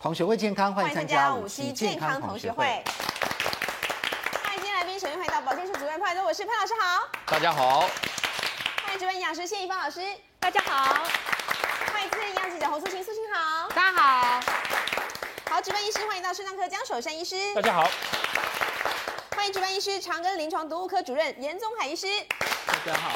同学会健康，欢欢迎迎参参加加五五期期健健康康同同学学会会。。欢迎今天来宾，首先回到保健室主任派德，我是潘老师好。大家好，欢迎主任营养师谢一芳老师，大家好，欢迎资深营养记者侯素琴素琴好。大家好，好，值班医师欢迎到肾脏科江守山医师，大家好，欢迎值班医师长庚临床毒物科主任严宗海医师。大家好。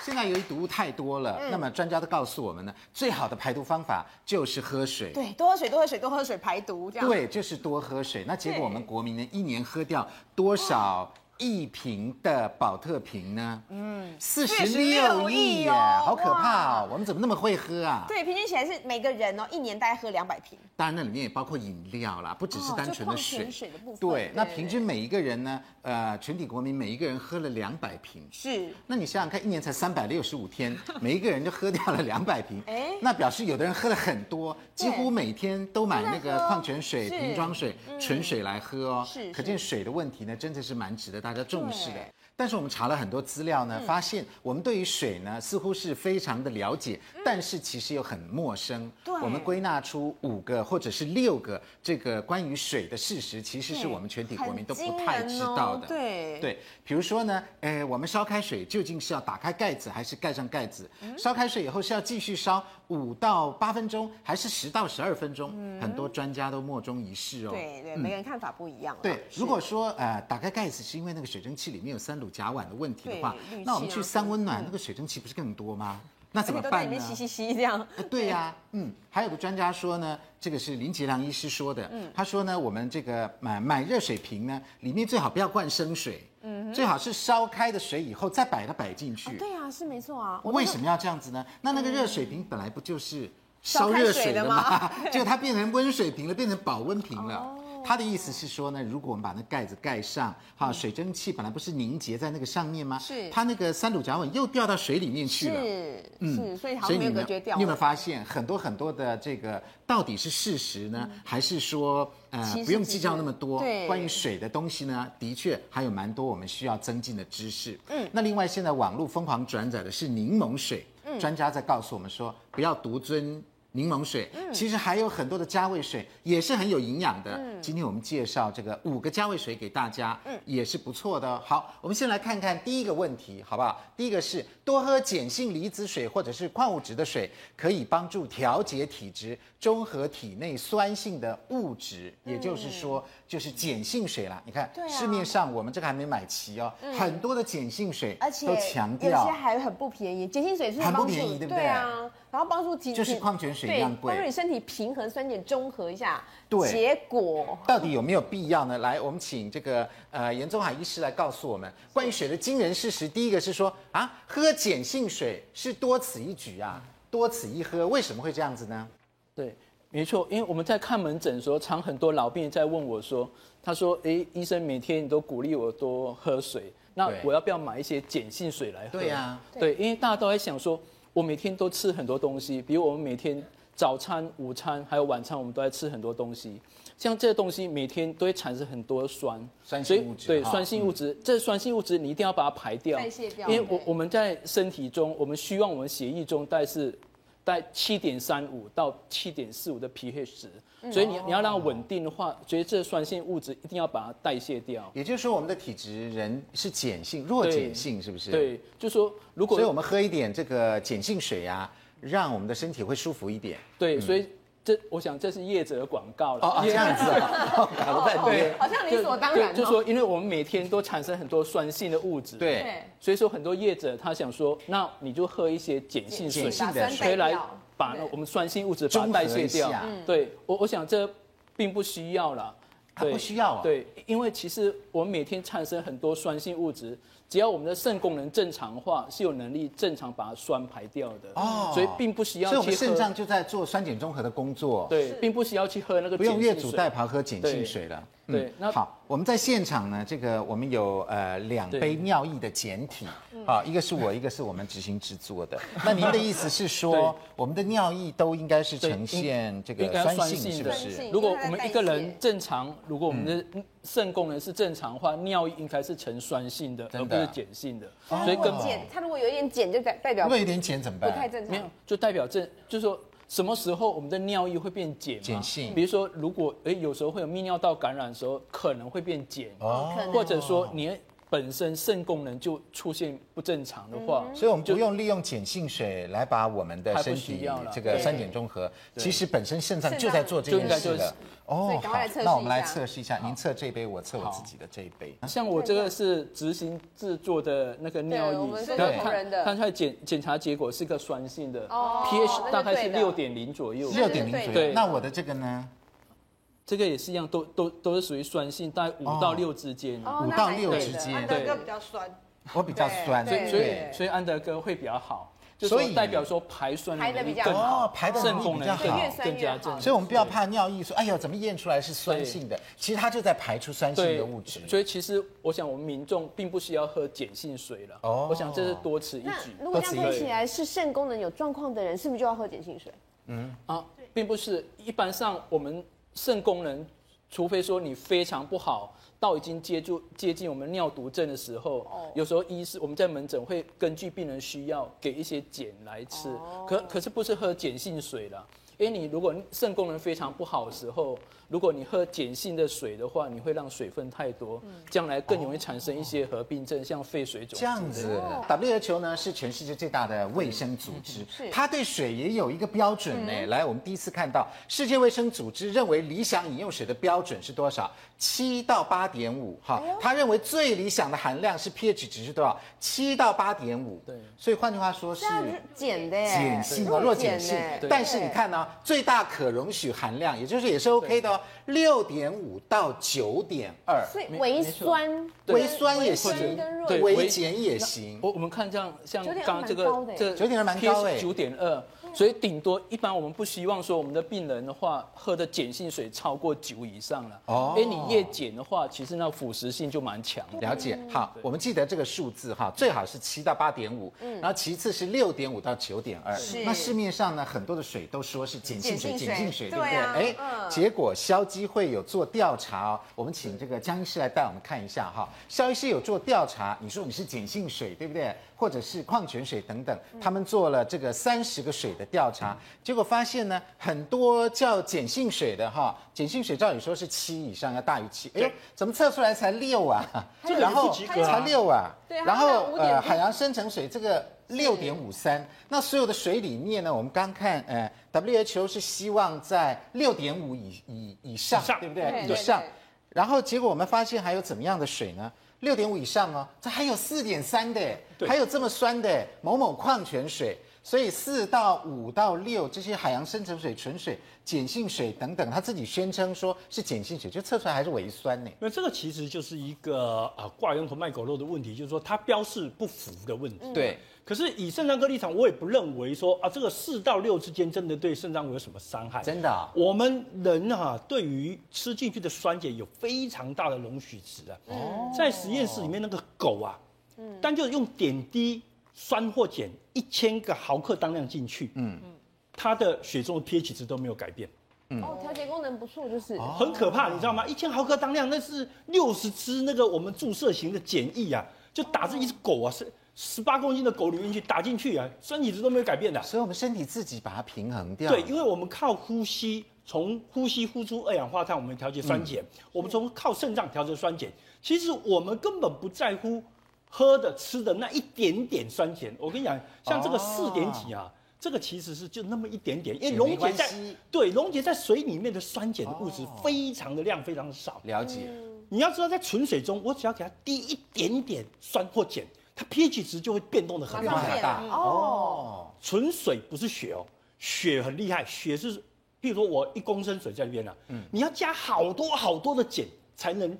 现在由于毒物太多了，嗯那么专家都告诉我们呢，最好的排毒方法就是喝水。对，啊多喝水，多喝水，多喝水排毒这样。，对，就是多喝水。那结果对我们国民呢，一年喝掉多少一瓶的保特瓶呢？嗯，四十六46亿亿耶，哦好可怕哇哦！我们怎么那么会喝啊？对，平均起来是每个人哦，一年大概喝两百瓶。当然，那里面也包括饮料啦，不只是哦单就纯的矿水。泉水的部分对对，那平均每一个人呢，呃，全体国民每一个人喝了两百瓶。是，那你想想看，一年才三百六十五天，每一个人就喝掉了两百瓶，哎那表示有的人喝了很多，几对乎每天都买那都在个喝矿泉水、是嗯瓶装水、纯水来喝哦。是可见水的问题呢，真的是蛮值得大家重视的对。嗯但是我们查了很多资料呢，发现我们对于水呢似乎是非常的了解，但是其实又很陌生。嗯对我们归纳出五个或者是六个这个关于水的事实，其实是对我们全体很国民都不惊太人知哦道的。对对，比如说呢，呃，我们烧开水究竟是要打开盖子还是盖上盖子？嗯烧开水以后是要继续烧五到八分钟，还是十到十二分钟？很多专家都莫衷一是嗯哦。对对，每个人看法不一样啦。啊对，是如果说呃打开盖子是因为那个水蒸气里面有三氯甲烷的问题的话对氯，那我们气啊去三温暖，那个水蒸气不是更多吗？那而怎且么都在办里呢面？吸吸吸这样。呃对呀、嗯，还有个专家说呢，这个是林杰良医师说的，嗯他说呢，我们这个买买热水瓶呢，里面最好不要灌生水，最好是烧开的水以后再把它摆进去。对嗯啊，是没错啊。我都为什么要这样子呢？那那个热水瓶本来不就是烧烧开热水水的的吗吗？ 哦结果它变成温水瓶了，变成保温瓶了。他的意思是说呢，如果我们把那盖子盖上，哈，水蒸气本来不是凝结在那个上面吗？嗯是它那个三氯甲烷又掉到水里面去了。嗯是是，所以好像没你有们隔绝掉你有没有了。发现很多很多的这个到底是事实呢，还是说呃嗯其实不用计较那么多？其实对关于水的东西呢，的确还有蛮多我们需要增进的知识。嗯，那另外现在网络疯狂转载的是柠檬水，嗯专家在告诉我们说不要独尊。柠檬水，嗯其实还有很多的加味水也是很有营养的。嗯今天我们介绍这个五个加味水给大家，也是不错的哦。好，我们先来看看第一个问题，好不好？第一个是多喝碱性离子水或者是矿物质的水，可以帮助调节体质，中和体内酸性的物质，也就是说就是碱性水啦。你看、嗯对啊嗯市面上我们这个还没买齐哦，很多的碱性水而且都强有调些还很不便宜，碱性水是很不帮助便宜对不对啊，然后帮助体就是矿泉水一样对贵帮助你身体平衡酸碱中和一下。对结果到底有没有必要呢？来，我们请这个呃严宗海医师来告诉我们关于水的惊人事实。第一个是说啊，喝碱性水是多此一举啊，多此一喝，为什么会这样子呢？对，没错，因为我们在看门诊的时候，常很多老病人在问我说，他说：“诶，医生每天你都鼓励我多喝水，那对我要不要买一些碱性水来喝？”对呀对，因为大家都在想说，我每天都吃很多东西，比如我们每天早餐、午餐还有晚餐，我们都在吃很多东西。像这些东西每天都会产生很多酸，酸所以性物质对哈酸性物质，这酸性物质你一定要把它排嗯掉，代谢掉因为对我我们在身体中，我们希望我们血液中大概是在七点三五到七点四五的 pH 嗯值，所以你你要让哦它稳定的话，所以这酸性物质一定要把它代谢掉。也就是说，我们的体质人是碱性，弱对碱性是不是？，对，就说如果所以我们喝一点这个碱性水啊，让我们的身体会舒服一点。对，所以这我想这是业者的广告了。嗯哦哦，业这样 子啊，搞了半对天。哦好像 理所当就然就哦。说因为我们每天都产生很多酸性的物质，对，所以说很多业者他想说，那你就喝一些碱性水，碱性的水可以来把对我们酸性物质把它代谢中和一下掉。对我，我想这并不需要啦。啊不需要啊对，因为其实我们每天产生很多酸性物质，只要我们的肾功能正常化，是有能力正常把酸排掉的。哦所以并不需要所以我们去肾喝脏。就在做酸碱中和的工作。对，并不需要去喝那个不用碱越性俎水代庖喝碱性水了。对对那好，我们在现场呢，这个我们有呃两对杯妙意的简体，嗯好，一个是我，一个是我们执行制作 的。那您的意思是说对，我们的尿液都应该是对呈现这应个该酸酸性，性是嗯不的酸是性？如果我们一个人正常，如果我们的肾功能是正常的话，尿液应该是呈酸性的，而真不的是碱性的，哦所以根哦本碱，它如果有一点碱，就代代表如不果有点碱怎么办？太正没常有。，就代表这就是说什么时候我们的尿液会变碱嘛？碱性比如说如果诶有时候会有泌尿道感染的时候，可能会变碱，哦可能或者说你本身肾功能就出现不正常的嗯话，所以我们不用利用碱性水来把我们的太不身需体要了这个对酸碱中和，其实本身肾脏肾就脏在做这就件应该事就是了。哦，啊所以赶快来好测试那我们一下来测试一下，您测这杯，我测我自己的这一杯。像我这个是执行制作的那个尿对我液们是，不看同人的看它检检查结果是个酸性的哦那就，pH 大概是对的六点零左右。六点零对左右对，那我的这个呢？这个也是一样，都都都是属于酸性，大概五哦到六之间。哦五那到还六对之的间安对德哥比较酸，我比较对酸，对所对以所以安德哥会比较好，就所所以以代表说排酸排得能力比较更好好哦，排得肾能力比功能较更好越酸更越加好正常。所以我们不要怕尿液说，哎呦，怎么验出来是酸性的？其实它就在排出酸性的物质。所以其实我想，我们民众并不需要喝碱性水了。哦哦，我想这是多此一那举。如果这样多推此一起举来是肾功能有状况的人，是不是就要喝碱性水？啊，并不是一般上我们肾功能，除非说你非常不好，到已经接触接近我们尿毒症的时候，有时候医师我们在门诊会根据病人需要给一些碱来吃，可可是不是喝碱性水啦。因为你如果肾功能非常不好的时候，如果你喝碱性的水的话，你会让水分太多，将来更容易产生一些合并症，像肺水肿这之类的。样子，WHO 呢是全世界最大的卫生组织，它对水也有一个标准呢。来，我们第一次看到世界卫生组织认为理想饮用水的标准是多少？七到八点五，哈，他认为最理想的含量是 pH 值是多少？七到八点五。对所以换句话说是。碱的耶，嗯碱性哦，弱碱性耶，对但是你看呢、最大可容许含量，也就是也是 OK 的哦，六点五到九点二，所以微酸对微酸也或者行跟弱，对微微碱也行。我我们看这样，像9.2刚刚这蛮高个的耶嗯这9.2蛮高耶九点二，所以顶多一般我们不希望说我们的病人的话喝的碱性水超过九以上了。哦哦，因为你越碱的话，其实那腐蚀性就蛮强的。了解，好，我们记得这个数字哈，最好是七到八点五，然后其次是六点五到九点二。那市面上呢，很多的水都说是碱性水，碱性水碱性水，对不对啊对？哎，嗯结果消基会有做调查哦，我们请这个江医师来带我们看一下哈。肖医师有做调查，你说你是碱性水，对不对？或者是矿泉水等等，嗯他们做了这个三十个水的调查，结果发现呢，很多叫碱性水的哈，碱性水照理说是七以上，要大于七，哎呦，怎么测出来才六啊？这个然后也不及格啊才六啊，对然它后是5.1呃海洋深层水这个六点五三，那所有的水里面呢，我们刚看呃 WHO 是希望在六点五以以以上以，上对不对？对以对上对，然后结果我们发现还有怎么样的水呢？六点五以上哦，这还有四点三的，还有这么酸的某某矿泉水。所以四到五到六这些海洋深层水、纯水、碱性水等等，他自己宣称说是碱性水，就测出来还是微酸呢。那这个其实就是一个呃挂羊头卖狗肉的问题，就是说它标示不符的问题。嗯对，可是以肾脏科立场，我也不认为说啊，这个四到六之间真的对肾脏有什么伤害。真的啊我们人哈、对于吃进去的酸碱有非常大的容许值啊。哦在实验室里面那个狗啊，单就用点滴酸或碱一千个毫克当量进去，嗯，它的血中的 pH 值都没有改变。嗯哦，调节功能不错，就是哦很可怕，你知道吗？一千毫克当量，那是六十支那个我们注射型的碱液啊，就打进一只狗啊，是十八公斤的狗里面去打进去啊，身体值都没有改变的。所以我们身体自己把它平衡掉。对，因为我们靠呼吸，从呼吸呼出二氧化碳，我们调节酸嗯碱；我们从靠肾脏调节酸碱。其实我们根本不在乎喝的、吃的那一点点酸碱。我跟你讲，像这个四点几啊。这个其实是就那么一点点，因为哦也没溶解关在系哦对溶解在水里面的酸碱的物质非常的量非常少，了解。你要知道，在纯水中，我只要给它滴一点点酸或碱，它 pH 值就会变动的很厉变化害。很大哦，纯水不是血哦，血很厉害，血是，譬如说我一公升水在里边啊，嗯你要加好多好多的碱才能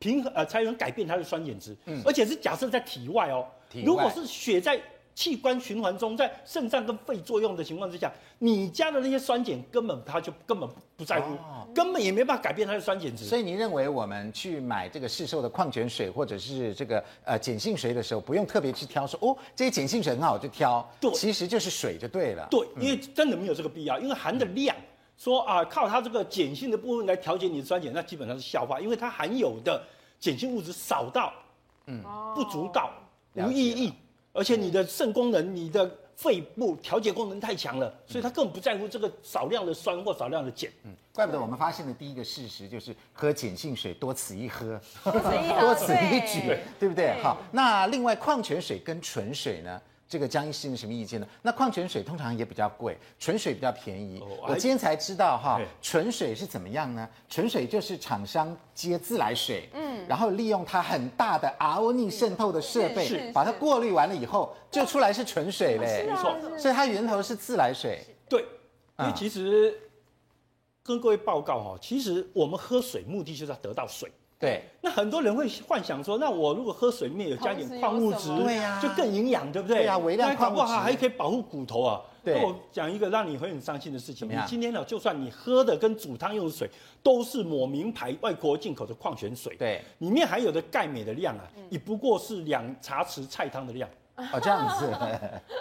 平衡，呃，才能改变它的酸碱值，而且是假设在体外哦，嗯体外如果是血在器官循环中，在肾脏跟肺作用的情况之下，你加的那些酸碱根本它就根本不在乎，哦根本也没办法改变它的酸碱值。所以你认为我们去买这个市售的矿泉水或者是这个呃碱性水的时候，不用特别去挑说哦，这些碱性水很好，我就挑。对其实就是水就对了。对，因为真的没有这个必要，因为含的量。说啊，靠它这个碱性的部分来调节你的酸碱，那基本上是笑话，因为它含有的碱性物质少到，嗯，不足道，了无解意义，而且你的肾功能、你的肺部调节功能太强了，嗯所以他根本不在乎这个少量的酸或少量的碱。怪不得我们发现的第一个事实就是喝碱性水多此一喝，此一喝多此一举对，对不对对？好，那另外矿泉水跟纯水呢？这个江医师有什么意见呢？那矿泉水通常也比较贵，纯水比较便宜。哦我今天才知道哈哎，纯水是怎么样呢？纯水就是厂商接自来水，嗯，然后利用它很大的 RO 渗透的设是是备，把它是过滤完了以后，就出哦来是纯水嘞。没错，所以它源头是自来水。对，因为啊其实跟各位报告哈，其实我们喝水目的就是要得到水。对，那很多人会幻想说，那我如果喝水里面有加点矿物质同时有什，么对呀就更营养，对不对？对呀啊微量那搞不矿物好质还可以保护骨头啊。对那我讲一个让你会很伤心的事情，么你样今天哦呢，就算你喝的跟煮汤用的水都是抹名牌外国进口的矿泉水，对，里面含有的钙镁的量啊，嗯也不过是两茶匙菜汤的量，哦，这样 子。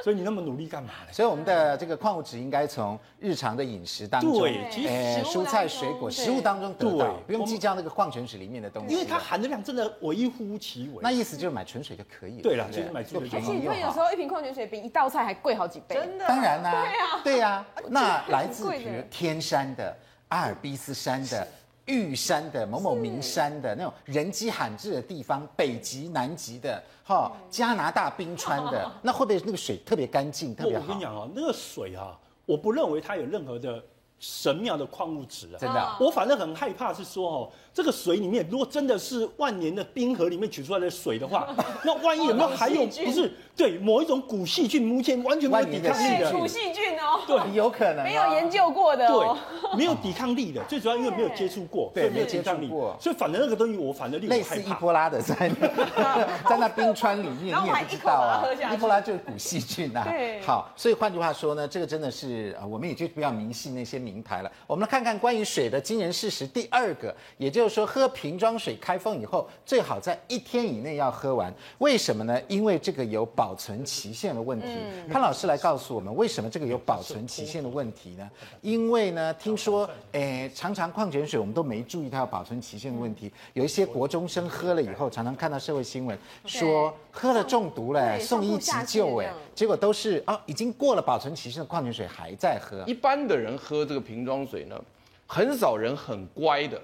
所以你那么努力干嘛呢？所以我们的这个矿物质应该从日常的饮食当中，对其实哎食物蔬菜、当中水果、对食物当中得对到，不我用们计较那个矿泉水里面的东西，因为它含的量真的微乎其微。啊那意思就是买纯水就可以了。对了不就是买纯又水就而便且宜你又看，有时好。候一瓶矿泉水比一道菜还贵好几倍，真的当然啦、对啊，对呀、那来自贵比的如天山的、阿尔卑斯山的。玉山的某某名山的那种人迹罕至的地方，北极、南极的，哈、嗯加拿大冰川 的，那会不会那个水特别干净，特我别我跟好你？讲啊，那个水啊，我不认为它有任何的神妙的矿物质啊。真的啊、我反正很害怕是说哦，这个水里面如果真的是万年的冰河里面取出来的水的 话，那万一有没有含有某种细菌不是对某一种古细菌目前完全没有抵抗力万对，年的细的菌，古细菌哦，对，有可能、啊没有研。究过的哦。对，没有抵抗力的，最主要因为没有接触过，对所以没有没接抵触抗力过，所以反正那个东西我反正令类我似害伊怕。波拉的在 那在那冰川里面，然后你也我还不知一口道把它啊喝下。去伊波拉就是古细菌啊。对好，所以换句话说呢，这个真的是呃，我们也就不要迷信那些名牌了。我们来看看关于水的惊人事实。第二个，也就是说，喝瓶装水开封以后，最好在一天以内要喝完。为什么呢？因为这个有保存期限的问题。嗯潘老师来告诉我们，为什么这个有保存期限的问题呢？因为呢，听说诶，常常矿泉水我们都没注意它有保存期限的问嗯题。有一些国中生喝了以后，常常看到社会新闻说喝了中毒了，对送医急救上吐下泻这哎样，结果都是啊，已经过了保存期限的矿泉水还在喝一。般的人喝这个瓶装水呢，很少人很乖的，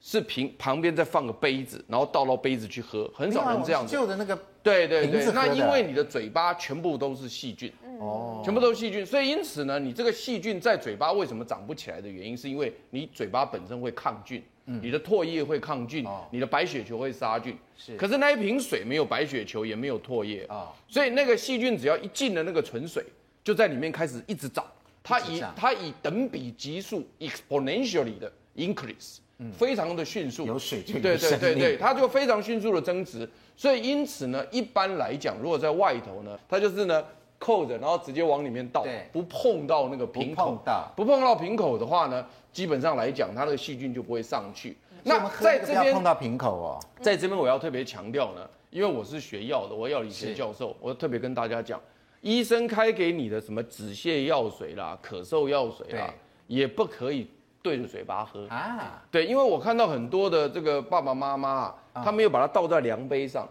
是瓶旁边再放个杯子，然后倒到杯子去喝，很少人这样子。旧的那个对对瓶对子，喝那的因为你的嘴巴全部都是细菌，哦，全部都是细菌，所以因此呢，你这个细菌在嘴巴为什么长不起来的原因，是因为你嘴巴本身会抗菌，你的唾液会抗菌，嗯哦你的白血球会杀菌。是可是那一瓶水没有白血球，也没有唾液啊、哦所以那个细菌只要一进了那个纯水，就在里面开始一直长，它一直以长它以等比级数 exponentially 的 increase，、非常的迅速。嗯有水就有对对生对命对，它就非常迅速的增值。所以因此呢，一般来讲，如果在外头呢，它就是呢扣着，然后直接往里面倒对，不碰到那个瓶口不碰到，不碰到瓶口的话呢，基本上来讲，它那个细菌就不会上去。嗯所以我们喝在那个不这要边碰到瓶口哦。在这边我要特别强调呢，因为我是学药的，我药理学是教授，我特别跟大家讲，医生开给你的什么止泻药水啦、咳嗽药水啦对，也不可以对着嘴巴喝啊，对，因为我看到很多的这个爸爸妈妈啊，他没有把它倒在量杯上。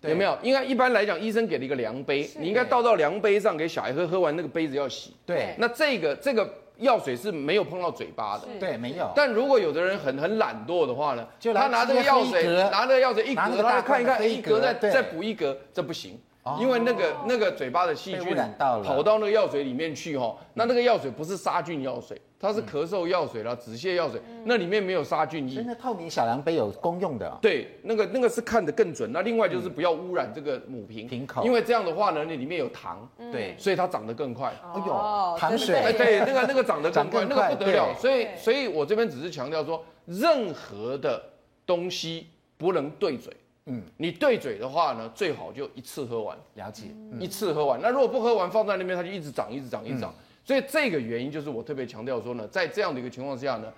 对有没有？应该一般来讲，医生给了一个量杯，你应该倒到量杯上给小孩喝，喝完那个杯子要洗。对那这个这个药水是没有碰到嘴巴的，对，没有。但如果有的人很很懒惰的话呢，就拿他拿这个药水直接喝一格，拿这个药水一格拿那个，他大罐看一的看喝一一格格，再对哦再补一格，这不行。因为那个那个嘴巴的细被菌污染到了嗯跑到那个药水里面去哈，那那个药水不是杀菌药水，它是咳嗽药水啦、止泻药水，嗯那里面没有杀菌所以液。那透明小量杯有公用的哦，对，那个那个是看得更准。那另外就是不要污染这个母瓶瓶嗯口因为这样的话呢，那里面有糖，对所以它长得更快。哎哦呦，糖哎，水，对，那个那个长得更快，长更那个快不得了。对所以，所以我这边只是强调说，任何的东西不能对嘴。嗯嗯，你对嘴的话呢，最好就一次喝完，嗯了解。嗯一次喝完。那如果不喝完，放在那边，它就一直长，一直长，一直长。嗯所以这个原因就是我特别强调说呢，在这样的一个情况下呢，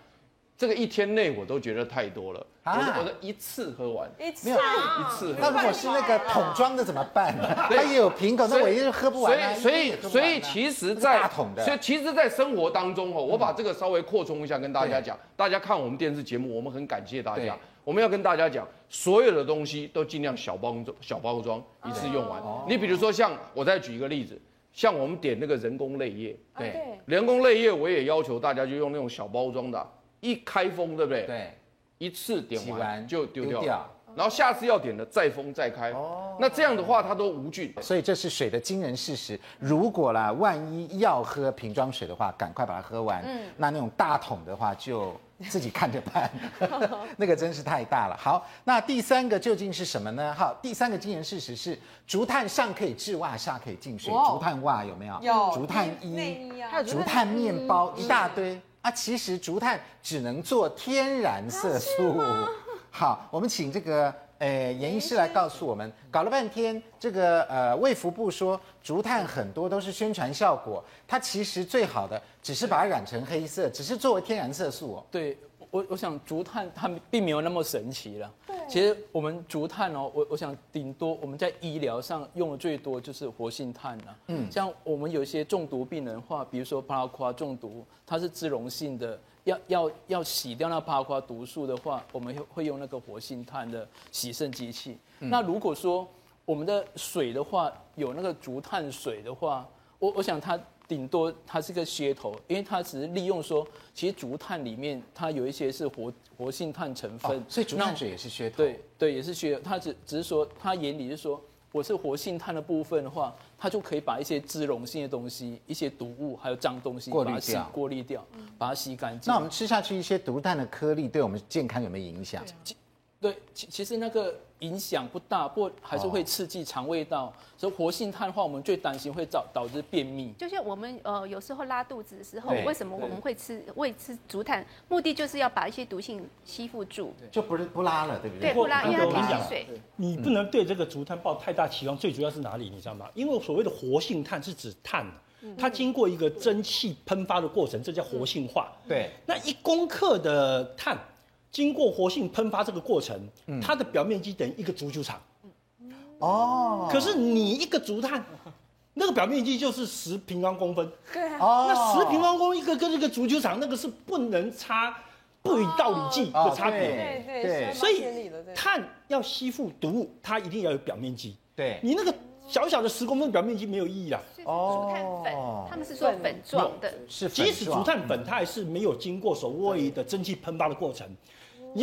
这个一天内我都觉得太多了，我啊的我的一次喝完，一次没有一啊次喝那完。如果是那个桶装的怎么办？它也有瓶口，那我也就喝不完啊。所一以定也喝不所完啊以其实那在，大桶的所以其实，在生活当中哦，我把这个稍微扩充一下跟大家讲。大家看我们电视节目，我们很感谢大对家。我们要跟大家讲，所有的哦东西都尽量小包装，小包装一次用完。你比如说像我再举一个例子，像我们点那个人工泪液，啊对人工泪液我也要求大家就用那种小包装的啊，一开封，对不对？，对，一次点挤完完就丢丢掉了掉然后下次要点的再封再开。哦，那这样的话它都无菌。所以这是水的惊人事实。如果啦，万一要喝瓶装水的话，赶快把它喝完。嗯，那那种大桶的话，就自己看着 办，那个真是太大了。好，那第三个究竟是什么呢？好，第三个惊人事实是，竹炭上可以制袜，下可以进水。哇哦竹炭袜有没有？有竹炭衣、内衣啊，还有竹炭面包嗯嗯一大堆啊，其实竹炭只能做天然色素。 好，我们请这个呃严医师来告诉我们，搞了半天，这个呃卫福部说竹炭很多都是宣传效果，它其实最好的只是把它染成黑色，只是作为天然色素哦。对我，我想竹炭它并没有那么神奇了。对，其实我们竹炭哦，我我想顶多我们在医疗上用的最多就是活性炭了、嗯，像我们有一些中毒病人的话，比如说巴拉夸中毒，它是脂溶性的。要要要洗掉那巴拉夸毒素的话，我们会会用那个活性炭的洗肾机器。那如果说我们的水的话，有那个竹炭水的话，我我想它顶多它是个噱头，因为它只是利用说，其实竹炭里面它有一些是活活性炭成分，哦所以竹那炭水也是噱头。对对也是噱头，它只只是说它眼里是说。我是活性炭的部分的话，它就可以把一些脂溶性的东西、一些毒物还有脏东西过把滤它洗掉嗯过滤掉，把它洗干净。那我们吃下去一些竹炭的颗粒，对我们健康有没有影响？对，其其实那个影响不大，不过还是会刺激肠胃道。所以活性炭的话，我们最担心会导导致便秘。就是我们呃有时候拉肚子的时候对，为什么我们会吃会吃竹炭？目的就是要把一些毒性吸附住，就不是不拉了，对不对？对，不过不拉，因为那个我它跟你是讲吸水。你不能对这个竹炭抱太大期望，最主要是哪里，你知道吗？因为所谓的活性炭是指碳，啊嗯它经过一个蒸汽喷发的过程，这叫活性化。对，那一公克的碳经过活性喷发这个过程，它的表面积等于一个足球场。哦，可是你一个竹 炭，那个表面积就是十平方公分，哦那十平方公分一个跟这个足球场那个是不能差，不以道理计的差别。哦对对对对，所以天理的对碳要吸附毒物，它一定要有表面积。对你那个小小的十公分表面积没有意义啊。所以竹炭哦粉，他们是说粉状的，是粉即使状竹炭粉，它还是没有经过所谓的蒸汽喷发的过程。你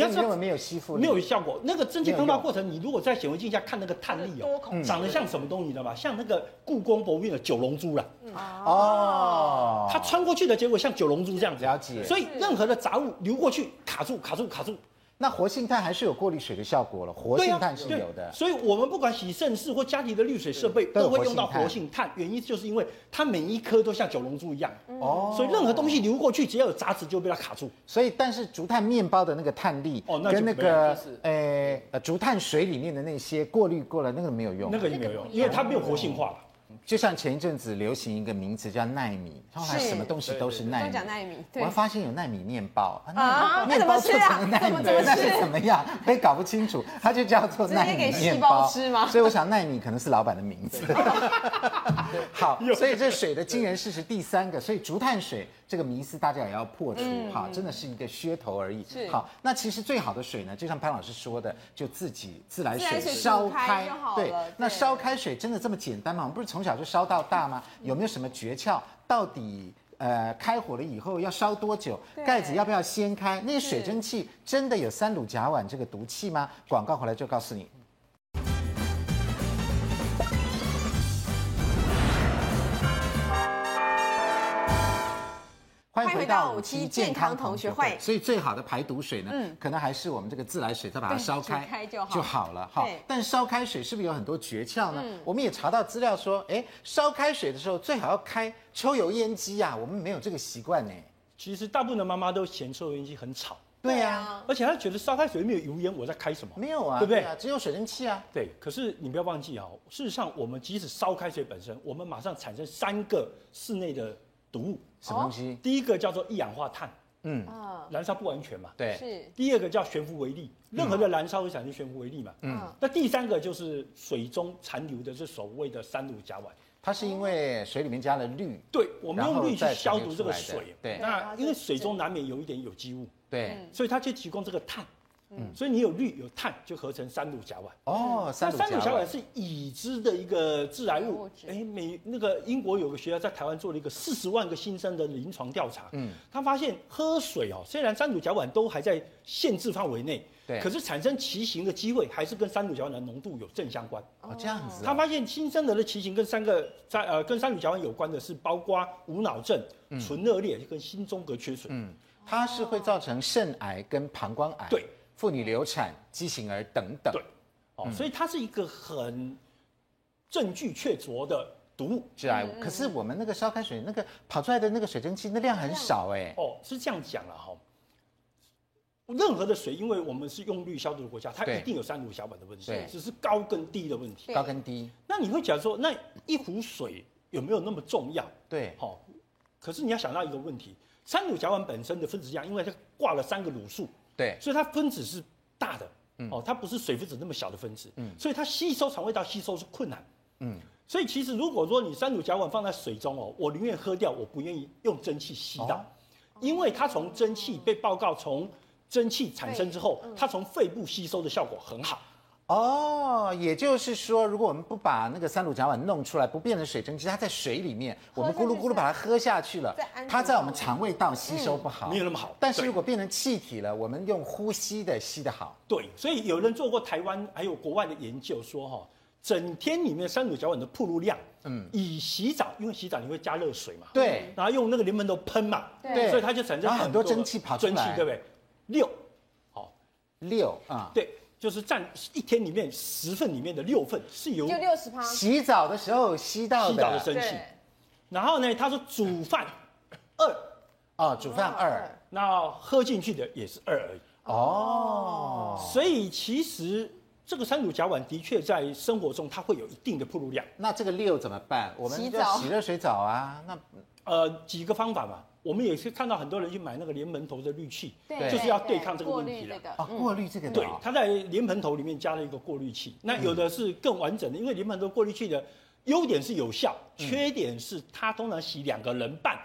你要要知是认为道没有吸附力，没有效果，那个蒸汽喷嗯没有发用过程，你如果在显微镜下看那个碳粒哦，长得像什么东西，你知道吧？像那个故宫博物院的九龙珠啦，嗯哦，它穿过去的结果像九龙珠这样子。了解所以任何的杂物流过去，卡住，卡住，卡住，那活性炭还是有过滤水的效果了，活对性呀，炭是对有的。所以我们不管洗肾室或家里的滤水设备，都有都会用到活性炭活性炭。原因就是因为它每一颗都像九龙珠一样，哦，所以任何东西流过去，只要有杂质就被它卡住。所以但是竹炭面包的那个炭粒，哦那就跟那没有个是呃呃竹炭水里面的那些过滤过了，那个没有用。那个也没有用，因为它没有活性化了。就像前一阵子流行一个名词叫奈米，后来是什么东西都是奈都米讲。纳米，我对还，发现有奈米面包啊啊，面包做成了奈米，那是怎么样？我也搞不清楚，它就叫做奈米直接给面细 包胞吃吗所以我想奈米可能是老板的名 字。好，所以这水的惊人事实第三个，所以竹炭水这个迷思大家也要破除嗯哈，真的是一个噱头而已。好，那其实最好的水呢，就像潘老师说的，就自己自来自水来水烧煮开开就好，对了，那对烧开水真的这么简单吗？我们不是从小就烧到大吗？有没有什么诀窍？到底呃开火了以后要烧多久？盖子要不要掀开？那个水蒸气真的有三氯甲烷这个毒气吗？广告回来就告诉你。欢迎回到五期健康同学会。所以最好的排毒水呢，可能还是我们这个自来水，再把它烧开煮开就好了哈。但烧开水是不是有很多诀窍呢？我们也查到资料说，哎，烧开水的时候最好要开抽油烟机啊，我们没有这个习惯呢。其实大部分的妈妈都嫌抽油烟机很吵，啊对呀、而且她觉得烧开水没有油烟，我在开什么？没有啊，对不对啊？只有水蒸气啊。对，可是你不要忘记啊、事实上我们即使烧开水本身，我们马上产生三个室内的毒物，什么东西？第一个叫做一氧化碳，嗯，啊嗯，燃烧不完全嘛。对，是第二个叫悬浮微粒，嗯任何的燃烧会产生悬浮微粒嘛。嗯。那第三个就是水中残留的是所谓的三氯甲烷。它是因为水里面加了氯，对，我们然用后氯去再产消生毒出这个来的水。对那因为水中难免有一点有机物，嗯对，所以它就提供这个碳。嗯，所以你有氯有碳就合成三氯甲烷。哦，嗯那三三乳乳甲甲烷烷是已知的一个致癌物物质。哎，美那个英国有个学家在台湾做了一个四十万个新生的临床调查，嗯，他发现喝水哦，虽然三乳甲烷都还在限制范围内，对可是产生畸形的机会还是跟三乳甲烷的浓度有正相关。哦，这样子啊，他发现新生儿的畸形跟三个三呃跟三乳甲烷有关的是包括无脑症、唇腭裂跟心中隔缺损。嗯，它是会造成肾癌跟膀胱癌，对，妇女流产、畸形儿等等，对嗯哦，所以它是一个很证据确凿的毒物。致癌物。可是我们那个烧开水那个跑出来的那个水蒸气，那量很少哎，哦，是这样讲了哈。任何的水，因为我们是用氯消毒的国家，它对一定有三氯甲烷的问题对，只是高跟低的问题。对高跟低，那你会讲说，那一壶水有没有那么重要？对，好、可是你要想到一个问题，三乳甲烷本身的分子量，因为它挂了三个卤素，对，嗯所以它分子是大的，哦，它不是水分子那么小的分子，所以它吸收肠胃道吸收是困难，嗯所以其实如果说你三乳甲烷放在水中哦，我宁愿喝掉，我不愿意用蒸汽吸到，哦因为它从蒸汽被报告从蒸汽产生之嗯后，它从肺部吸收的效果很好，哦，也就是说，如果我们不把那个三乳甲烷弄出来，不变成水蒸气，它在水里面，我们咕噜咕噜把它喝下去了在安，全它在我们肠胃道吸收不好，没有那么好但是对如果变成气体了，我们用呼吸的吸得好，对，所以有人做过台湾还有国外的研究说哈、整天里面三乳甲烷的暴露量，嗯，以洗澡，因为洗澡你会加热水嘛，对然后用那个柠檬头喷嘛，对所以它就产生然后很多的蒸汽跑出蒸汽来对不对？六，好、六啊。对，就是占一天里面十份里面的六份是由就六十趴，洗澡的时候吸到洗澡的的，蒸汽，然后呢，他说煮饭二，哦，煮饭二，那喝进去的也是二而已。哦，所以其实这个三乳甲烷的确在生活中它会有一定的暴露量。那这个六怎么办？我们洗就澡洗热水澡啊，那呃，几个方法嘛，我们也是看到很多人去买那个连盆头的滤器，对就是要对抗这个问题过了滤。这个嗯哦过滤这个的嗯嗯对哦，它在连盆头里面加了一个过滤器，那有的是更完整的，因为连盆头过滤器的优点是有效，嗯缺点是它通常洗两个人半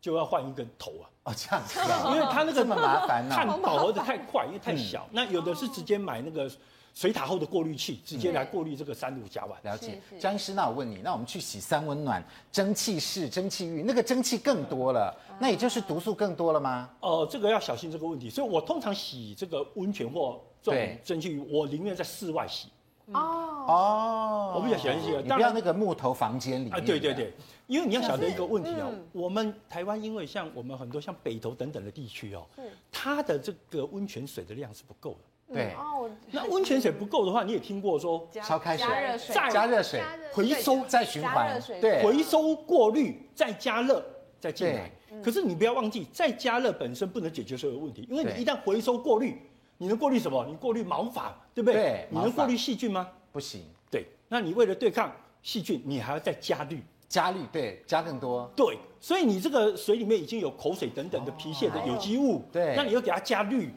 就要换一根头啊，哦这样子啊， 因为它那个这么麻烦啊哦嗯碳呐，饱和的太快，因为太小。那有的是直接买那个水塔后的过滤器，直接来过滤这个三氯甲烷。了解，是是江医师，那我问你，那我们去洗三温暖、蒸汽室、蒸汽浴，那个蒸汽更多了，啊那也就是毒素更多了吗？哦，这个要小心这个问题。所以我通常洗这个温泉或这对种蒸汽浴，我宁愿在室外洗嗯哦，哦，我比较喜欢这个你当不要然那个木头房间里面啊。对对的，对，因为你要晓得一个问题哦，嗯我们台湾因为像我们很多像北投等等的地区哦是，它的这个温泉水的量是不够的。对，哦，那温泉水不够的话，你也听过说烧开水加热水再加热水加热水回收再循加环热，水对，回收、过滤、再加热、再进来。嗯可是你不要忘记，再加热本身不能解决所有问题，因为对你一旦回收过滤，你能过滤什么？你过滤毛发，对不对？对你能毛发过滤细菌吗？不行，对。那你为了对抗细菌，你还要再加滤。加氯对加更多，对，所以你这个水里面已经有口水等等的皮屑的有机物，哦对那你又给它加氯，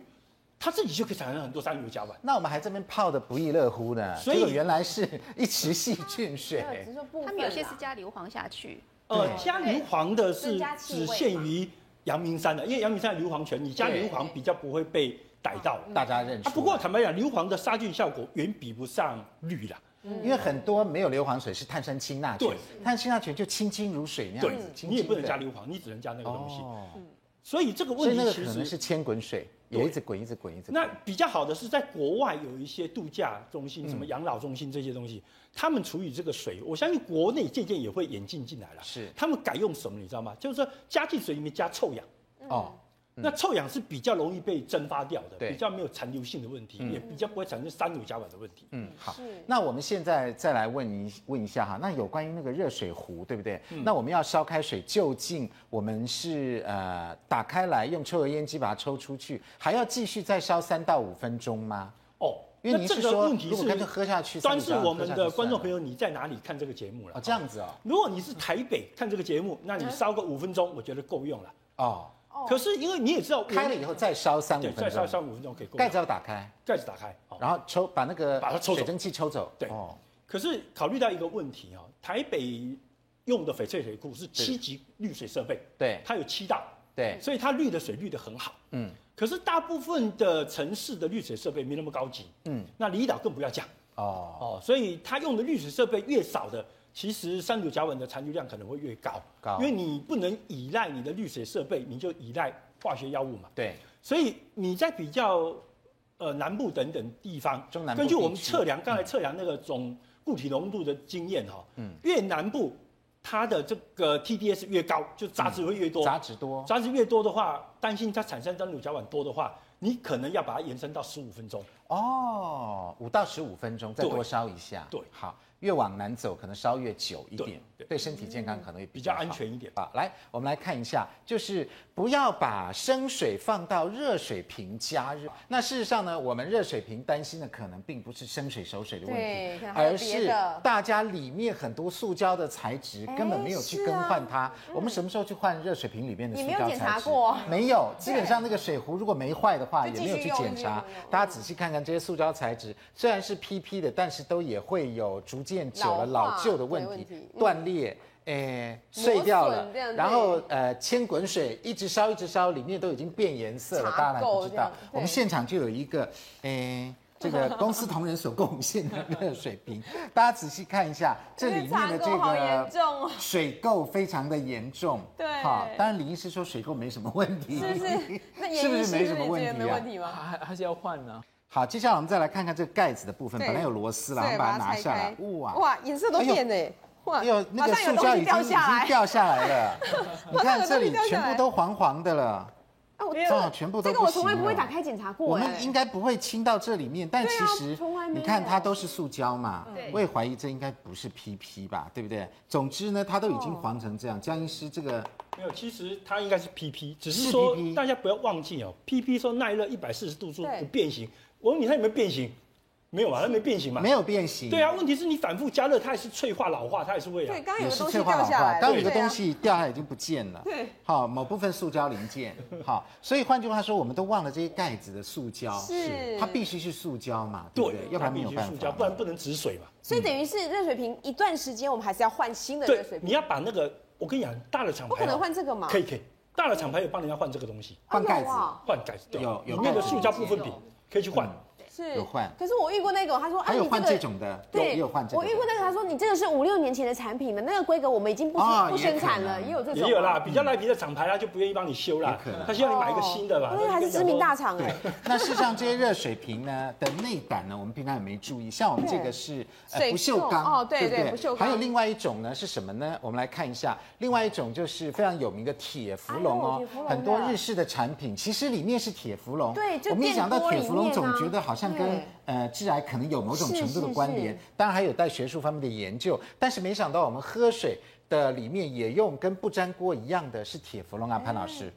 它自己就可以产生很多三氯甲烷。那我们还这边泡的不亦乐乎呢，所以结果原来是一池细菌水没有只是说部分他啦，们有些是加硫磺下去，呃对，加硫磺的是增加气只味限嘛于阳明山的，因为阳明山的硫磺泉，你加对硫磺比较不会被逮到。大家认识、啊，不过坦白讲，硫磺的杀菌效果远比不上氯啦。嗯因为很多没有硫磺水是碳酸氢钠泉对，碳氢钠泉就清清如水那样对子，，嗯清你也清不能的加硫磺，你只能加那个东西。哦，所以这个所问以那题个其可能实是千滚水，对也一直滚，一直滚，一直滚。那比较好的是，在国外有一些度假中嗯心、什么养老中心这些东西，他们处理这个水，我相信国内渐渐也会演进进来了。是他们改用什么，你知道吗？就是说加进水里面加臭氧。嗯哦，那臭氧是比较容易被蒸发掉的，对比较没有残留性的问题，也比较不会产生三硫甲烷的问题。嗯，好是。那我们现在再来问一问一下哈，那有关于那个热水壶，对不对？嗯那我们要烧开水，究竟我们是呃打开来用抽油烟机把它抽出去，还要继续再烧三到五分钟吗？哦，因为那您这是个说问，题如果是干脆喝下去，端视我们的观众朋友友，你在哪里看这个节目了？哦，这样哎子哦，如果你是台北看这个节目，那你烧个五分钟，我觉得够用了。哦，可是因为你也知道，开了以后再烧三呃对，五再分烧钟，烧五分钟可以够盖用子。要打开，盖子打开，哦。然后抽把那个把它抽走水蒸气抽走，对哦，可是考虑到一个问题哦，台北用的翡翠水库是七级滤水设备，对它有七道，对所以它滤的水滤得很好。嗯，可是大部分的城市的滤水设备没那么高级，嗯，那离岛更不要讲哦，哦，所以它用的滤水设备越少的，其实三氯甲烷的残留量可能会越高，高因为你不能依赖你的滤水设备，你就依赖化学药物嘛。对，所以你在比较呃南部等等地方，中南部根据我们地区嗯测量刚才测量那个总固体浓度的经验哈、嗯，越南部它的这个 TDS 越高，就杂质会越多，嗯杂质多，杂质越多的话，担心它产生三氯甲烷多的话，你可能要把它延伸到十五分钟。哦，五到十五分钟，再对多烧一下。对好，越往南走可能烧越久一点，对对身体健康可能会比比较好安全一点好，来，我们来看一下，就是不要把生水放到热水瓶加热。那事实上呢，我们热水瓶担心的可能并不是生水熟水的问对题可能，还有而别是的大家里面很多塑胶的材质根本没有去是更啊换它。我们什么时候去换热水瓶里面的你塑没有胶材质？检查过啊没 有，基本上那个水壶如果没坏的话，就也继没有续去用检继续查用。嗯大家仔细看看这些塑胶材质，虽然是 PP 的，但是都也会有逐渐久了老化老旧的问对题问题，嗯断裂。诶，磨碎掉了损这样，然后呃，千滚水一直烧一直烧，里面都已经变颜色了，茶大家还不垢知这样道。我们对现场就有一个，诶，这个公司同仁所贡献的热水瓶， 大家仔细看一下，这里面的这个这茶垢好严个重哦水垢非常的严重。对好，当然李医师说水垢没什么问题，是不是？那是严不医是师没是什不么是问觉得题没问啊？题吗？还还是要换啊呢、 好，接下来我们再来看看这个盖子的部分，对本来有螺丝啦，对，我们把它拿下来拆，开哇哇，颜色都哎呦变嘞！哇， 哎呦，马那个上有塑东胶西掉已经已下经来。掉下 来了，你马上看有这东西里掉下全来部都黄黄的了，啊，我哦，全部都这个我不从来行不会了打开检查过我哎。们应该不会清到这里面，但对其啊实从来没你看有它都是塑胶嘛对，我也怀疑这应该不是 PP 吧，对不对？总之呢，它都已经黄成这样。江医师这个没有，其实它应该是 PP，只是是说 PP 大家不要忘记哦，PP 说耐热一百四十度说对不变形。我问你它有没有变形？没有嘛，它没变形嘛。没有变形，对啊，，问题是你反复加热，它也是脆化老化，它也是会啊对，。刚刚有也个是东西脆化掉老下来化。了，当有个对啊东西掉下来已经不见了，对，好，某部分塑胶零件，好，所以换句话说，我们都忘了这些盖子的塑胶，是哎它必须是塑胶嘛，对不对对？，要不然没有它必须办塑法胶，，不然不能止水嘛。嗯所以等于是热水瓶一段时间，我们还是要换新的热对水，瓶你。要把那个，我跟你讲，大的厂牌不可能哦换这个嘛可以可以，大的厂牌有帮人家换这个东西，换盖子哎呦哇换改对有有里面的盖子塑胶部分品可以去换。是有换可是我遇过那种，他说啊，还有你换个这种的，有对，也有换这个我的。遇过那个，他说你这个是五六年前的产品了，那个规格我们已经不生、哦不生产了，也也有这种、啊也有啦，，比较赖皮的厂牌他就不愿意帮你修啦啊也可能，他希望你买一个新的吧。那个哦还是知名大厂哎、那事实上，这些热水瓶呢的内胆呢，我们平常也没注意。像我们这个是呃水不锈钢，垢哦对对不锈钢还有另外一种呢是什么呢？我们来看一下，另外一种就是非常有名的铁芙龙哎呦哦铁芙，龙的很多日式的产品其实里面是铁芙龙。对就我们一想到铁芙龙，电锅里面总啊觉得好像跟对呃致癌可能有某种程度的是是关联是。当然还有在学术方面的研究，但是没想到我们喝水的里面也用跟不粘锅一样的是铁芙龙啊，潘老师。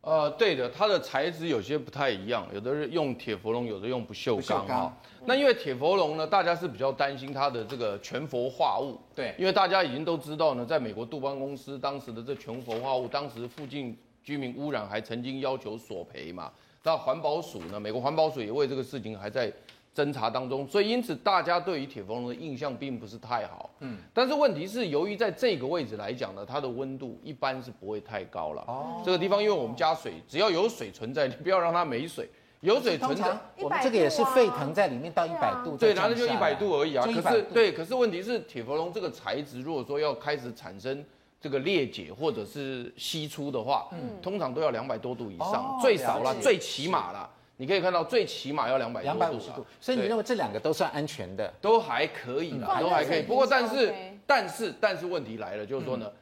呃，对的，它的材质有些不太一样，有的是用铁佛龙，有的用不锈不锈钢啊钢哈、那因为铁佛龙呢，大家是比较担心它的这个全氟化物，对因为大家已经都知道呢，在美国杜邦公司当时的这全氟化物，当时附近居民污染还曾经要求索赔嘛。那环保署呢，美国环保署也为这个事情还在侦查当中，所以因此大家对于铁氟龙的印象并不是太好。嗯，但是问题是，由于在这个位置来讲呢，它的温度一般是不会太高了。哦，这个地方因为我们加水，只要有水存在，你不要让它没水。有水存通在常，我们这个也是沸腾在里面到一百度，对，再然后就降一下来百度而已啊。就可100是度对，可是问题是铁氟龙这个材质，如果说要开始产生这个裂解或者是析出的话，通常都要两百多度以上嗯哦，最少了啦解，最起码啦。你可以看到，最起码要两百两百五十啊度，所以你认为为这两个都算安全的？都还可以啦，放都还可热以。水不过，瓶但是是 OK 但是但是问题来了，就是说嗯呢，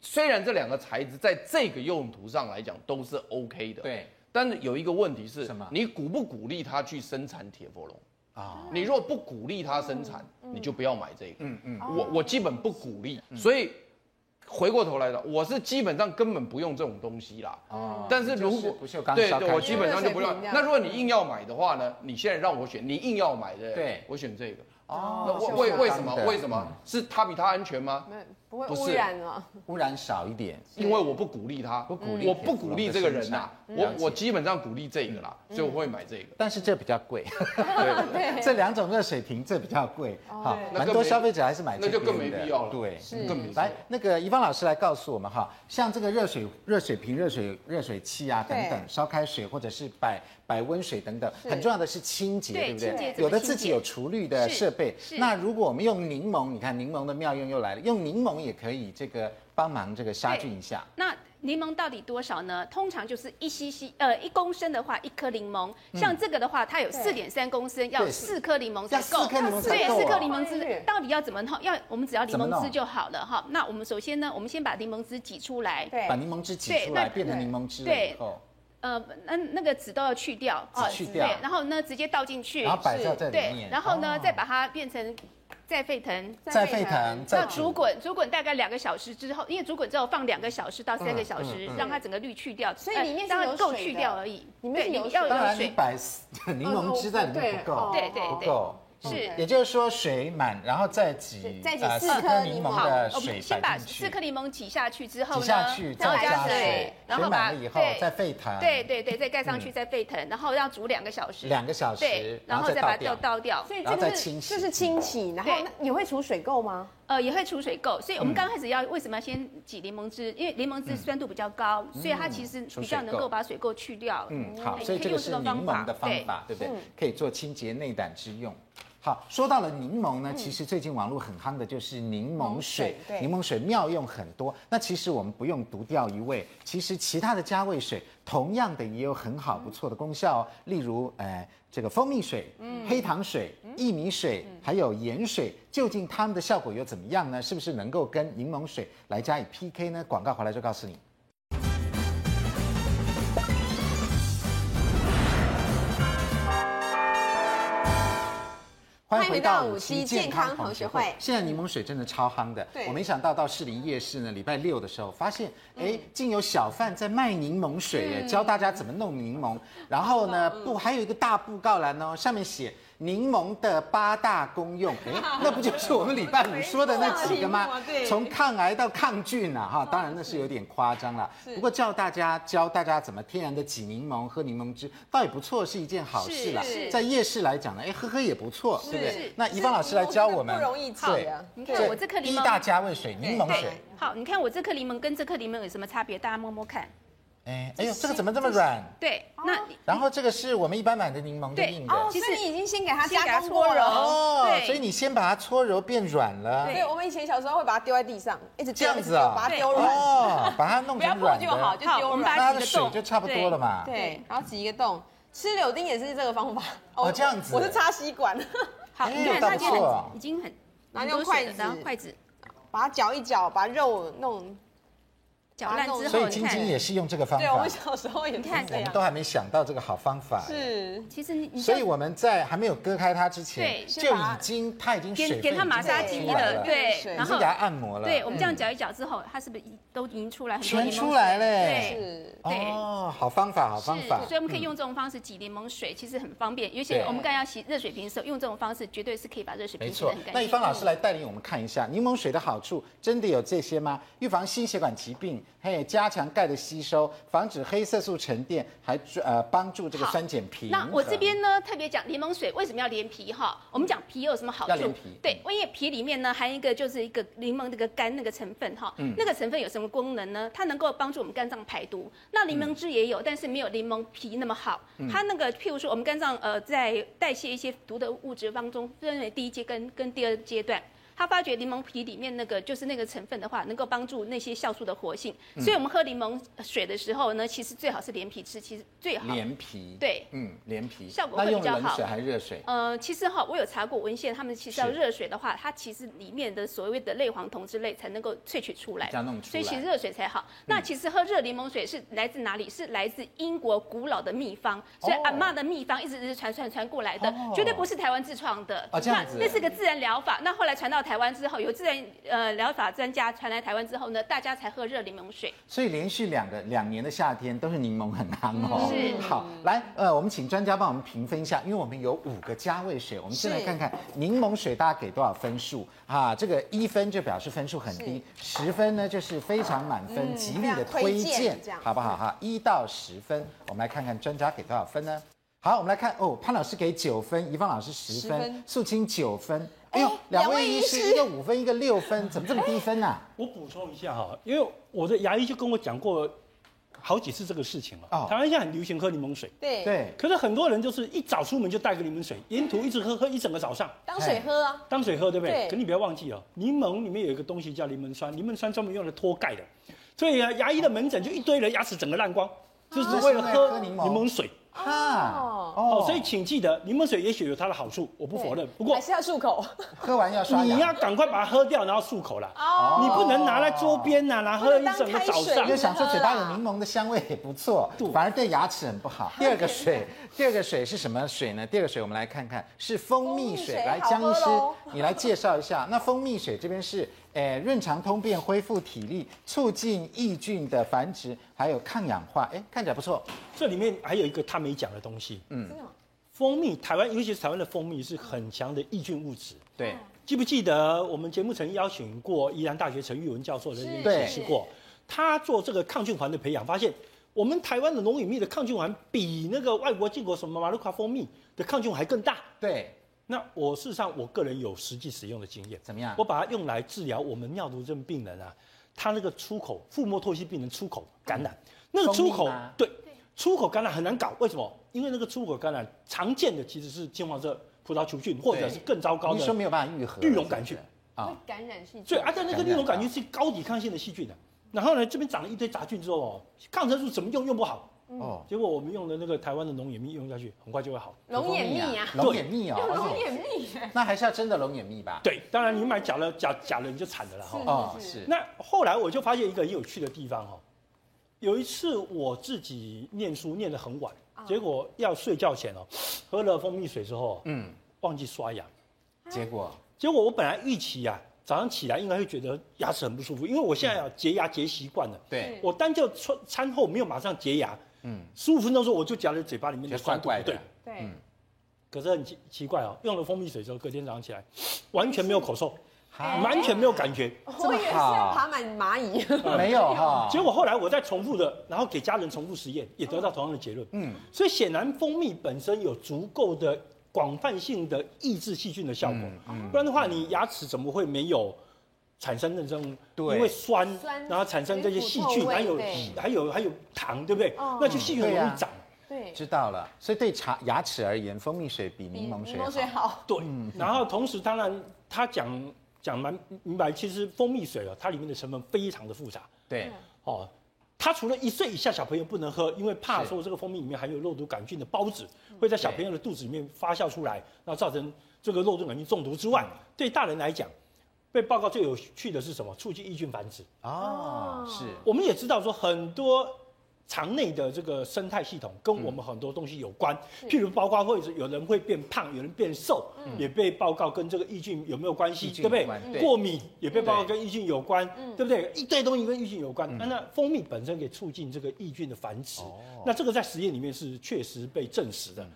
虽然这两个材质在这个用途上来讲都是 OK 的，。对但是有一个问题是什么你鼓不鼓励他去生产铁佛龙？啊，你若不鼓励它生产，你就不要买这个。嗯嗯，我我基本不鼓励，嗯所以回过头来了，我是基本上根本不用这种东西啦。哦但是如果就是不锈钢对烧开对，我基本上就不因为热水用瓶这。样那如果你硬要买的话呢，你现在让我选，你硬要买的，对嗯我选这个。哦那为为为什么？为什么么？是它比它安全吗？没有不会不是污染 了，污染少一点？因为我不鼓励它，不鼓励我不鼓励这个人呐、嗯我我基本上鼓励这个啦，所以我会买这个。但是这比较贵，啊 对，这两种热水瓶这比较贵，哦好，那蛮更多没消费者还是买这那就更边没的必要了对，更没必要来，那个怡芳老师来告诉我们哈，像这个热水、热水瓶、热水、热水器啊等对等，烧开水或者是百百温水等等，是很重要的是清洁，对对不对？清洁怎么有的清自己洁有除氯的是设备，是那如果我们用柠檬，你看柠檬的妙用又来了，用柠檬也可以这个帮忙这个杀对菌一下。那柠檬到底多少呢？通常就是一 cc，呃，一公升的话，一颗柠檬。像这个的话，它有四点三公升，要嗯对四颗柠檬要才够。四颗柠檬才对，够四哦颗柠檬哎汁呀到底要怎么弄？要我们只要柠怎么檬弄汁就好了哈。那我们首先呢，我们先把柠檬汁挤出来。对把柠檬汁挤对出来，那变成对柠檬汁了对以后，呃，那那个籽都要去掉，哦籽去掉对，然后呢，直接倒进去然，后摆在这里对面，，然后呢，哦再把它变成再沸腾，再沸腾，再那煮滚，煮滚大概两个小时之后，因为煮滚之后放两个小时到嗯三个小时，让它整个滤去掉，哎所以里面是让有它垢水去的掉而已。里面是对有要水当有然你水， 摆嗯柠檬汁在里面不哦够，哦对对不够。嗯对是也就是说水满，然后再挤是再挤呃四四颗颗柠柠檬檬好的，我水们先把摆四进颗去，柠檬挤下去之后挤呢，下去，然再后加加水水，，然后水把满了以后对再沸腾，嗯对，对对再盖上去，再沸腾，然后要煮两个小时，两个小对时，，然后再把倒它掉。倒掉。所以这然后再个清是洗这是清洗，然后对那你会除水垢吗？呃，也会储水垢，所以我嗯们刚开始要为什么要先挤柠檬汁？因为柠檬汁酸度比较高，所以它其实比较能够把水垢去掉。嗯，好，对所以可这个用是个柠檬的方对法，对不嗯对？可以做清洁内胆之用。好，说到了柠檬呢，其实最近网络很夯的就是嗯柠檬水柠檬水，对柠檬水妙用很多。那其实我们不用独掉一味，其实其他的加味水同样的也有很好不错的功效、哦，例如呃这个蜂蜜水、黑糖水、薏米水，还有盐水，究竟它们的效果又怎么样呢？是不是能够跟柠檬水来加以 PK 呢？广告回来就告诉你。欢迎回到五期健康同学会。现在柠檬水真的超夯的，对我没想到到士林夜市呢，礼拜六的时候发现，哎，竟有小贩在卖柠檬水耶，教大家怎么弄柠檬。然后呢，布还有一个大布告栏哦，上面写柠檬的八大功用，哎，那不就是我们礼 拜五说的那几个吗没错对？从抗癌到抗菌啊，哈，当然那是有点夸张了。不过教大家教大家怎么天然的挤柠檬喝柠檬汁，倒也不错，是一件好事啦。是是在夜市来讲呢，哎，喝喝也不错，对不对是？那怡芳老师来教我们，不容易啊挤对的，你对看我这颗第柠一大檬，加味水，柠檬水。好，你看我这颗柠檬跟这颗柠檬有什么差别？大家摸摸看。哎，哎呦，这个怎么这么软？对，那然后这个是我们一般买的柠檬的对硬哦，的。其实你已经先给它先给加它工过搓揉了。哦，对所以你先把它搓揉变软了，对，我们以前小时候会把它丢在地上，一直这丢样一直子丢啊，把它丢软。哦，把它弄不要成破软就好，的，就好丢我们软把那它挤的个水洞就差不多了嘛。对，然后挤一个洞。吃柳丁也是这个方法哦这样子我是插吸管，好，你看倒不它已经错啊很已经很然后很用多水筷了子然后筷子 把它搅一搅，把肉弄。搅烂之所后，以你晶晶看，也是用这个啊方对，我法们，小时候也是你看这我们样。都还没想到这个好方法。是，其实啊你你所以就我们在还没有割开它之前，对就已经它已经水分给给它马杀已经鸡出来了，对水，已然经后给它按摩了，嗯对我们这样搅一搅之后，它是不是已都已经出来很多全柠檬出水来嘞对。是，对哦，好方法，好是方法，嗯所以我们可以用这种方式挤柠檬水，其实很方便。尤其对我们刚才要洗热水瓶的时候，用这种方式绝对是可以把热水没瓶洗得错很，那干一净。芳老师来带领我们看一下柠檬水的好处，真的有这些吗？预防心血管疾病，嘿，加强钙的吸收，防止黑色素沉淀，还呃帮助这个好酸碱平衡。那我这边呢，特别讲柠檬水为什么要连皮哈？我们讲皮有什么好要处？连皮嗯对，因为皮里面呢含一个就是一个柠檬这个肝那个成分哈，嗯那个成分有什么功能呢？它能够帮助我们肝脏排毒。那柠檬汁也有，但是没有柠檬皮那么好。嗯它那个譬如说我们肝脏呃在代谢一些毒的物质当中，分为第一阶跟跟第二阶段。他发觉柠檬皮里面那个就是那个成分的话，能够帮助那些酵素的活性，嗯所以我们喝柠檬水的时候呢，其实最好是连皮吃，其实最好。连嗯皮，对嗯，连皮效果那会用比较冷好水还是热水？呃，其实哈，我有查过文献，他们其实要是热水的话，它其实里面的所谓的类黄酮之类才能够萃取出来，这样弄出所以其来嗯实热水才好。那其实喝热柠檬水是来自哪里？是来自英国古老的秘方，所以哦阿妈的秘方一直一直传传传过来的哦，绝对不是台湾自创的哦。这样子那那是个自然疗法，那后来传到台湾之后，有自然呃疗法专家传来台湾之后呢，大家才喝热柠檬水。所以连续两个两年的夏天都是柠檬很夯哦。嗯是好，来，呃，我们请专家帮我们评分一下，因为我们有五个加味水，我们先来看看柠檬水大家给多少分数啊？这个一分就表示分数很低，十分呢就是非常满分，极力的嗯推非常推荐荐这样，好不好哈？一到十分，我们来看看专家给多少分呢？好，我们来看哦，潘老师给九分，怡芳老师十10分分，素清九分。哎呦哎，两两位位医医师，师一个五分，一个六分，怎么这么低分啊？我补充一下哈，因为我的牙医就跟我讲过好几次这个事情了。哦台湾现在很流行喝柠檬水，对，对，可是很多人就是一早出门就带个柠檬水，沿途一直喝喝一整个早上。当水喝啊，当水喝，对不对？对可你不要忘记哦，柠檬里面有一个东西叫柠檬酸，柠檬酸专门用来脱钙的，所以啊，牙医的门诊就一堆人牙齿整个烂光，就是为就是因为了喝喝柠柠檬檬水。哦哈哦，所以请记得，柠檬水也许有它的好处，我不否认。不过还是要漱口。喝完要刷牙。你要赶快把它喝掉，然后漱口啦。哦你不能拿来桌边呐、啊，拿不喝能一当整个开早水上我。就想说嘴巴有柠檬的香味也不错，反而对牙齿很不好。第二个水，第二个水是什么水呢？第二个水我们来看看是蜂蜜蜂蜜水。水来，好江喝医师喽，你来介绍一下。 那蜂蜜水这边是，诶，润肠通便、恢复体力、促进益菌的繁殖，还有抗氧化。哎，看起来不错。这里面还有一个他没讲的东西，嗯，蜂蜜，台湾尤其是台湾的蜂蜜是很强的抑菌物质。对，记不记得我们节目曾邀请过宜兰大学陈玉文教授的研究对解释过，他做这个抗菌环的培养，发现我们台湾的龙眼蜜的抗菌环比那个外国进口什么马鲁卡蜂蜜的抗菌环还更大。对，那我事实上我个人有实际使用的经验，怎么样我把它用来治疗我们尿毒症病人啊，他那个出口腹膜透析病人出口感染，那个出嗯蜂口蜜吗对出口感染很难搞，为什么？因为那个出口感染常见的其实是金黄色葡萄球菌，或者是更糟糕你是说的没有办法愈合绿绒杆菌是不是啊，感染细对，啊，但那个利用杆菌是高抵抗性的细菌的、然后呢，这边长了一堆杂菌之后哦，抗生素怎么用用不好，哦，结果我们用的那个台湾的龙眼蜜用下去，很快就会好。龙眼蜜啊，龙眼蜜哦， 龙哦眼蜜耶，那还是要真的龙眼蜜吧？对，当然你买假的假假的你就惨了啦哈。哦，是，那后来我就发现一个很有趣的地方哦，有一次我自己念书念得很晚，结果要睡觉前哦，喝了蜂蜜水之后，嗯，忘记刷牙，嗯结果结果我本来预期啊，早上起来应该会觉得牙齿很不舒服，因为我现在啊洁牙洁习惯了，对，我单就餐餐后没有马上洁牙，嗯，十五分钟之后我就夹着嘴巴里面觉的得怪酸度怪不的对，。对，可是很奇奇怪哦，用了蜂蜜水之后，隔天早上起来完全没有口臭，啊完全没有感觉。我以为是要爬满蚂蚁， 没有哈，结果后来我再重复的，然后给家人重复实验，也得到同样的结论。嗯，所以显然蜂蜜本身有足够的广泛性的抑制细菌的效果，嗯不然的话，你牙齿怎么会没有产生那种对因为酸，酸然后产生这些细菌，有还有腐臭味哦还有还有糖，对不对？那就细菌很容对啊易长。对，知道了，所以对茶牙齿而言，蜂蜜水比柠檬水柠好。檬水好，对，然后同时当然他讲讲蛮明白，其实蜂蜜水啊，它里面的成分非常的复杂。对，哦，它除了一岁以下小朋友不能喝，因为怕是说这个蜂蜜里面含有肉毒杆菌的孢子会在小朋友的肚子里面发酵出来，然后造成这个肉毒杆菌中毒之外，对大人来讲，被报告最有趣的是什么？促进抑菌繁殖。哦，是，我们也知道说很多。肠内的这个生态系统跟我们很多东西有关，嗯譬如包括或者有人会变胖，有人变瘦，也被报告跟这个抑菌有没有关系，抑菌对不有关对？对嗯过敏也被报告跟抑菌有关，对不对？一堆东西跟抑菌有关。那蜂蜜本身可以促进这个抑菌的繁殖，哦那这个在实验里面是确实被证实嗯的。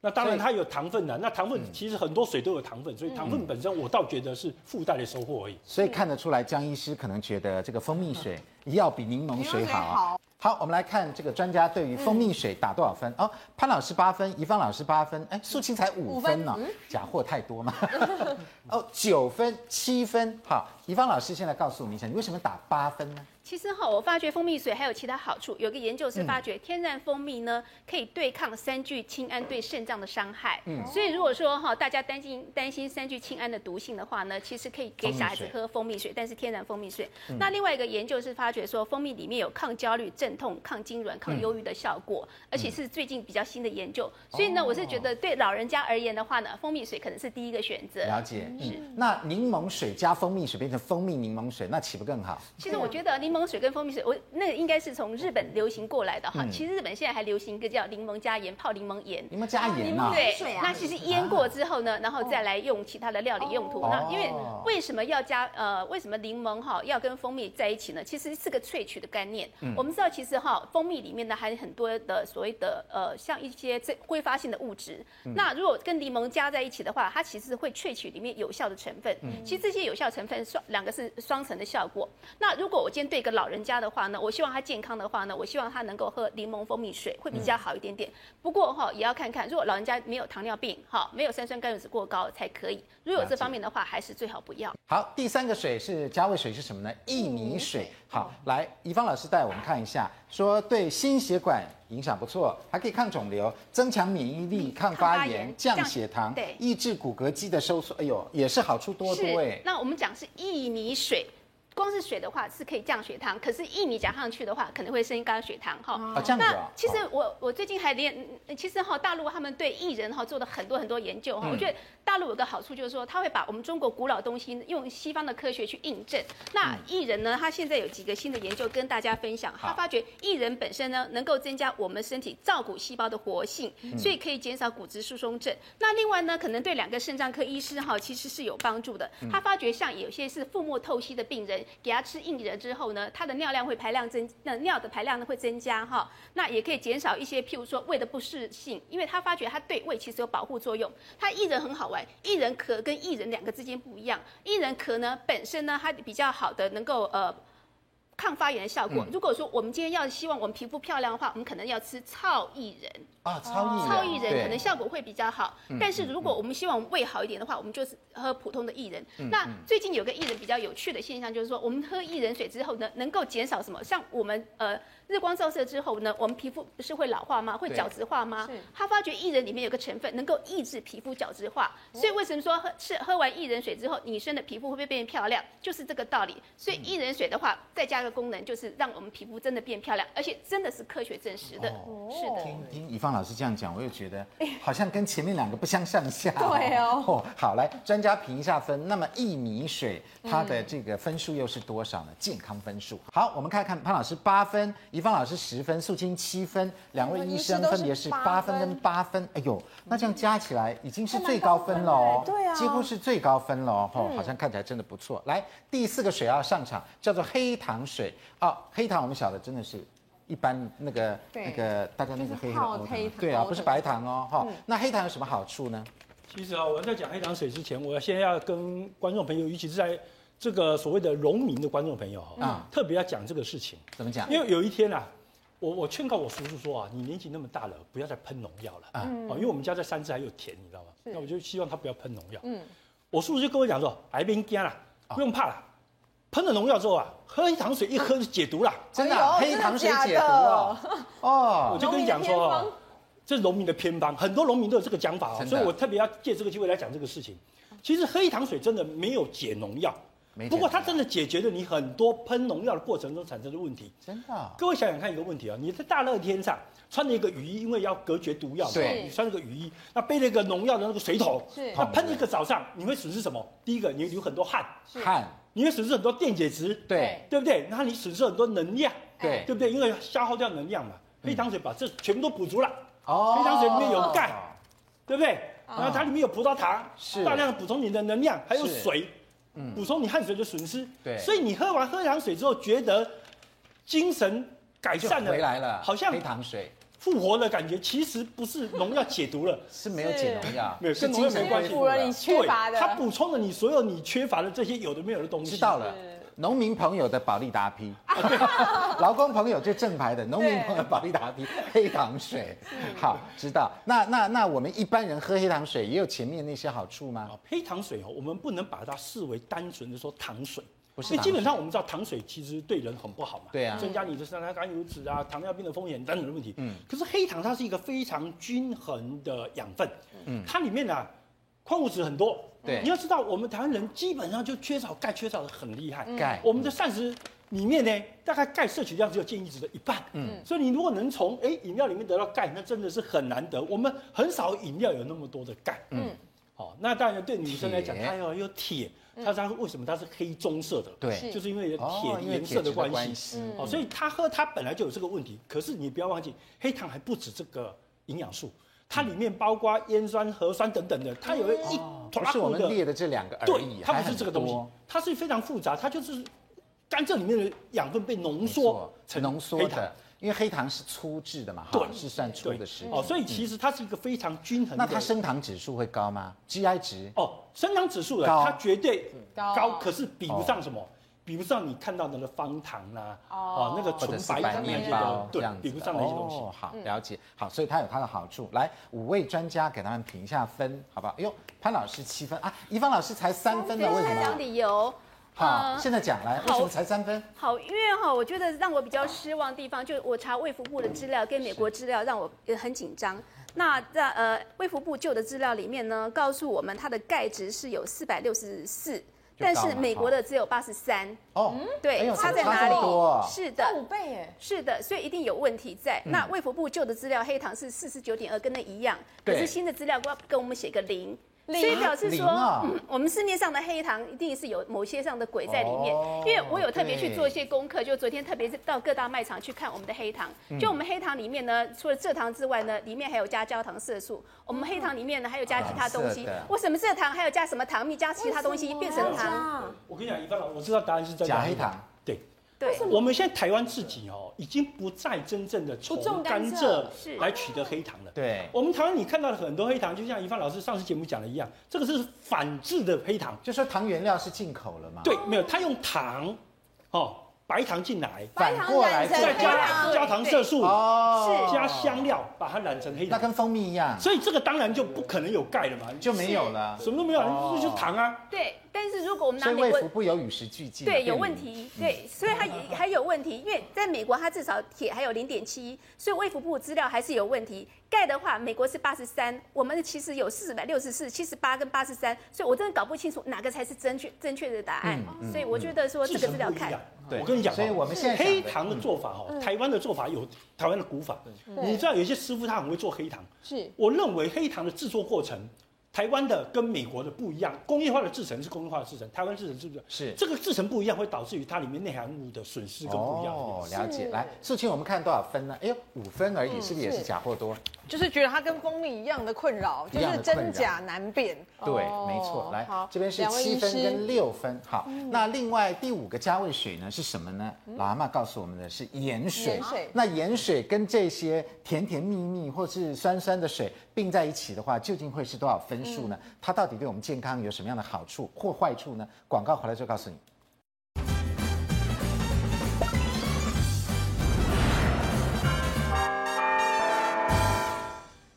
那当所然以它有糖分的，那糖嗯分其实很多水都有糖分，所以糖分本身我倒觉得是附带的收获而已。所以看得出来，江医师可能觉得这个蜂蜜水要比柠檬水好啊。好，我们来看这个专家对于蜂蜜水打多少分、哦。潘老师八分，怡芳老师八分，哎，素清才五分嗯呢、假货太多嘛。 哦，九分、七分，好，怡芳老师现在告诉我们一下，你为什么打八分呢？其实哈、我发觉蜂蜜水还有其他好处。有个研嗯究是发觉，天然蜂蜜呢可以对抗三聚氰胺对肾脏的伤害。嗯所以如果说哈、大家担心担心三聚氰胺的毒性的话呢，其实可以给小孩子蜂蜜水嗯喝蜂蜜水，但是天然蜂蜜水。那另外一个研究是发觉说，蜂蜜里面有抗焦虑、镇镇痛、抗痉挛、抗忧郁嗯的效果，而且是最近比较新的研究。所以呢，我是觉哦得对老人家而言的话呢，蜂蜜水可能是第一个选择。了解，嗯，那柠檬水加蜂蜜水变成蜂蜜柠檬水，那岂不更好？其实我觉得柠檬水跟蜂蜜水，我那个应该是从日本流行过来的哈。其实日本现在还流行一个叫柠檬加盐泡柠檬盐。你们加盐柠檬呐、对水啊，那其实腌过之后呢，然后再来用其他的料理用途。那因为哦为什么要加呃，为什么柠檬哈要跟蜂蜜在一起呢？其实是个萃取的概念。我们知道，其实哈蜂蜜里面呢含很多的所谓的呃，像一些这挥发性的物质。那如果跟柠檬加在一起的话，它其实会萃取里面有效的成分。其实这些有效成分双两个是双层的效果。那如果我今天对一个老人家的话呢，我希望他健康的话呢，我希望他能够喝柠檬蜂蜜水会比较嗯好一点点。不过哈、也要看看，如果老人家没有糖尿病，哈、没有三酸甘油酯过高才可以。如果有这方面的话，还是最好不要。好，第三个水是加味水是什么呢？薏米水。好，来，怡芳老师带我们看一下，说对心血管影响不错，还可以抗肿瘤、增强免疫力、抗发抗发炎炎、降降血糖、对抑制骨骼肌的收缩。哎呦，也是好处多多哎是，。那我们讲是薏米水。光是水的话是可以降血糖，可是薏米加上去的话，可能会升高血糖哈。哦这样子啊那其实我我最近还连，嗯其实哈大陆他们对薏仁哈做了很多很多研嗯究哈。我觉得大陆有个好处就是说，他会把我们中国古老东西用西方的科学去印证。那薏仁呢，它现在有几个新的研究跟大家分享，他发觉薏仁本身呢能够增加我们身体造骨细胞的活性，所以可以减少骨质疏松症。那另外呢，可能对两个肾脏科医师哈其实是有帮助的。他发觉像有些是腹膜透析的病人，给他吃薏仁之后呢，他的尿量会排量增，那尿的排量呢会增加哈。那也可以减少一些，譬如说胃的不适性，因为他发觉它对胃其实有保护作用。它薏仁很好玩，薏仁壳跟薏仁两个之间不一样，薏仁壳呢本身呢它比较好的能够呃。抗发炎的效果。如果说我们今天要希望我们皮肤漂亮的话，我们可能要吃糙薏仁。啊，超薏仁，哦超薏仁对可能效果会比较好，但是如果我们希望我们胃好一点的话，我们就是喝普通的薏仁。那最近有个薏仁比较有趣的现象，就是说我们喝薏仁水之后呢，能够减少什么？像我们呃日光照射之后呢，我们皮肤不是会老化吗？会角质化吗是？他发觉薏仁里面有个成分能够抑制皮肤角质化，所以为什么说喝吃喝完薏仁水之后，女生的皮肤会不会变漂亮？就是这个道理。所以薏仁水的话，再加个功能，就是让我们皮肤真的变漂亮，而且真的是科学证实的。哦是的。听听怡芳老师这样讲，我又觉得好像跟前面两个不相上下、对 哦好，来专家评一下分。那么薏米水它的这个分数又是多少呢？健康分数。好，我们看看潘老师八分，怡芳老师十分，素清七分，两位医生分别是八分跟八分。哎呦，那这样加起来已经是最高分了哦，对啊几乎是最高分了哦，吼好像看起来真的不错。来，第四个水要上场，叫做黑糖水啊、黑糖我们晓得真的是。一般那个对那个大家那就个是黑泡糖黑糖对啊，熬的嗯不是白糖哦，哈、那黑糖有什么好处呢？其实啊，我在讲黑糖水之前，我先要跟观众朋友，尤其是在这个所谓的农民的观众朋友哈、嗯特别要讲这个事情，怎么哎讲？因为有一天啊，我我劝告我叔叔说啊，你年纪那么大了，不要再喷农药了啊、哦因为我们家在山治还有田，你知道吗？那我就希望他不要喷农药。嗯，我叔叔就跟我讲说，哎，别惊啦，不用怕啦，喷了农药之后啊，喝黑糖水一喝就解毒啦。真的啊、哎呦黑糖水真的假的解毒哦，哦，我就跟你讲说农民的偏哦方，这是农民的偏方，很多农民都有这个讲法哦，真的所以我特别要借这个机会来讲这个事情。其实黑糖水真的没有解农药没解，不过它真的解决了你很多喷农药的过程中产生的问题。真的啊、各位想想看一个问题啊，你在大热天上穿着一个雨衣，因为要隔绝毒药嘛，哦对你穿了个雨衣，那背了一个农药的那个水桶是，那喷一个早上，你会损失什么？第一个，你会流很多汗，汗，你会损失很多电解质，对对不对？那你损失很多能量，哎对对不对？因为消耗掉能量嘛，黑糖水把这全部都补足了，哦黑糖水里面有钙，对不对？啊然后它里面有葡萄糖，是大量的补充你的能量，还有是嗯水，补充你汗水的损失。对所以你喝完黑糖水之后，觉得精神改就善了，回来了，好像黑糖水复活的感觉。其实不是农药解毒了，是没有解农药，没有是跟农药精神没关系恢补复了了你 缺乏的，对它补充了你所有你缺乏的这些有的没有的东西。知道了。农民朋友的保利达 P，劳 工朋友就正牌的，农民朋友保利达 P 黑糖水， 好知道。那那那我们一般人喝黑糖水也有前面那些好处吗？啊，黑糖水哦，我们不能把它视为单纯的说糖水，不是因为糖哎基本水上我们知道糖水其实对人很不好嘛，对啊增加你的三酸甘油脂啊、糖尿病的风险等等的问题。嗯，可是黑糖它是一个非常均衡的养分，嗯，它里面呢、啊、矿物质很多，对你要知道我们台湾人基本上就缺少钙，缺少的很厉害，钙我们的膳食里面呢，大概钙摄取量只有建议值的一半。嗯，所以你如果能从哎饮料里面得到钙，那真的是很难得。我们很少饮料有那么多的钙。嗯，好、那当然对女生来讲，铁嗯它要有铁，它它为什么它是黑棕色的？对是就是因为有铁哦因为颜色铁质的的关关系系。嗯哦，所以它喝它本来就有这个问题。可是你不要忘记，黑糖还不止这个营养素。它里面包括烟酸、核酸等等的，它有一哦不坨是我们的列的这两个而对已，，它还不是很这个东西多，它是非常复杂，它就是甘蔗里面的养分被浓没缩错成浓缩黑糖的，因为黑糖是粗制的嘛，哈对是算粗对的食品。哦，所以其实它是一个非常均衡的。那它升糖指数会高吗？GI 值？哦，升糖指数了，高它绝对高高，可是比不上什么？比不上你看到的那个方糖啦，哦，那个或者纯是白白糖那面些包的，这对样，子比不上那些东西。嗯哦，好，了解。好，所以它有它的好处。来，五位专家给他们评一下分，好不好？哎呦，潘老师七分啊，怡芳老师才三分呢，为什才讲么？理由。好，呃现在讲来，为什么才三分？好，因为哈、我觉得让我比较失望的地方，就是我查卫福部的资料跟美国资料，让我呃很紧张。那在呃卫福部旧的资料里面呢，告诉我们它的钙值是有四百六十四，但高是嘛美国哈的只有八十三，哦，哎嗯对呦，差在差哪这么多啊里？是的，五倍耶，是的，所以一定有问题在。嗯那卫福部旧的资料，黑糖是四十九点二，跟那一样，可对是新的资料跟跟我们写个零。零所以表示零说、啊嗯我们市面上的黑糖一定是有某些上的鬼在里面，哦因为我有特别对去做一些功课，就昨天特别是到各大卖场去看我们的黑糖。嗯就我们黑糖里面呢，除了蔗糖之外呢，里面还有加焦糖色素。我们黑糖里面呢还有加其他东黄色嗯啊西的。为什么蔗糖还有加什么糖蜜，加其他东西变成糖？啊，我跟你讲，一般我知道答案是真的假黑糖，对，对，我们现在台湾自己哦，已经不再真正的不从种甘甘蔗蔗是来取得黑糖了。对，我们台湾你看到的很多黑糖，就像怡芳老师上次节目讲的一样，这个是反制的黑糖。就说糖原料是进口了嘛？，对，没有，他用糖，哦，白糖进来，反过来白糖再染成黑加糖焦糖色素，哦加香料，把它染成黑那糖。跟蜂蜜一样，所以这个当然就不可能有钙了嘛，就没有了。什么都没有，哦那就是糖啊。对，但是如果我们所拿以美卫国福部有与时俱进，啊对，有变问明。题，对，所以它也还有问题，因为在美国它至少铁还有零点七，所以卫福部资料还是有问题。钙的话，美国是八十三，我们其实有四百六十四、七十八跟八十三，所以我真的搞不清楚哪个才是正确正确的答案。所以我觉得说这制个成资料不一看样，。对我跟你讲哦，所以我们现在黑讲的嗯糖的做法哦，台湾的做法有台湾的古法。你知道有些师傅他很会做黑糖，是我认为黑糖的制作过程，台湾的跟美国的不一样，工业化的制成是工业化的制成，台湾制成是不是？嗯是这个制成不一样，会导致于它里面内含物的损失跟不一样。哦，了解。来，素清，我们看多少分呢？哎呦，五分而已，是不是也是是假货多？就是觉得它跟蜂蜜一样的困扰，一就样的是困真扰假难辨。对，哦没错。来好，这边是两位七医分师跟六分。好，那另外第五个加味水呢是什么呢？老阿妈告诉我们的是盐水。盐水那盐水跟这些甜甜蜜蜜或是酸酸的水并在一起的话，究竟会是多少分数呢？它到底对我们健康有什么样的好处或坏处呢？广告回来就告诉你。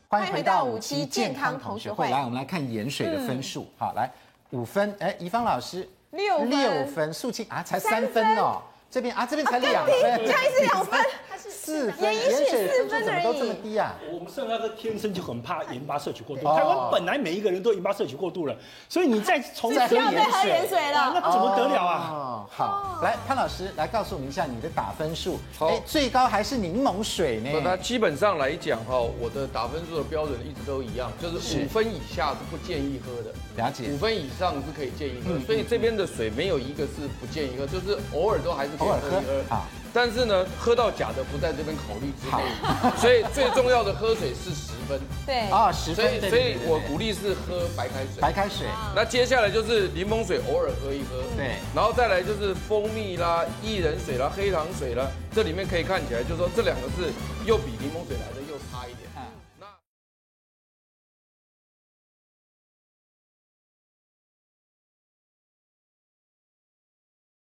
欢迎回到五期健康同学会。来，我们来看盐水的分数。好，来五分。哎，怡芳老师六分六分，素清啊才三分哦。这边啊，这边才两分，嘉义是两分，四分。盐水盐水四分分数怎么而都已这么低啊？我们剩下的天生就很怕盐巴摄取过度，哦台湾本来每一个人都盐巴摄取过度了，所以你再从再喝要再喝盐水啊了，那怎么得了啊？哦，好，来潘老师来告诉我们一下你的打分数。好哎，最高还是柠檬水那它呢？基本上来讲哈，我的打分数的标准一直都一样，就是是五分以下是不建议喝的，了解嗯五分以上是可以建议喝，所以这边的水没有一个是不建议喝，就是偶尔都还是可以偶尔喝一喝啊喝好。但是呢，喝到假的不在这边考虑之 内， 所以最重要的喝水是十分，对，啊，十所分。以对所以对对我对鼓励是喝白开水。白开水，那接下来就是柠檬水，偶尔喝一喝。对然后再来就是蜂蜜啦、薏仁水啦、黑糖水啦，这里面可以看起来，就是说这两个是又比柠檬水来的嗯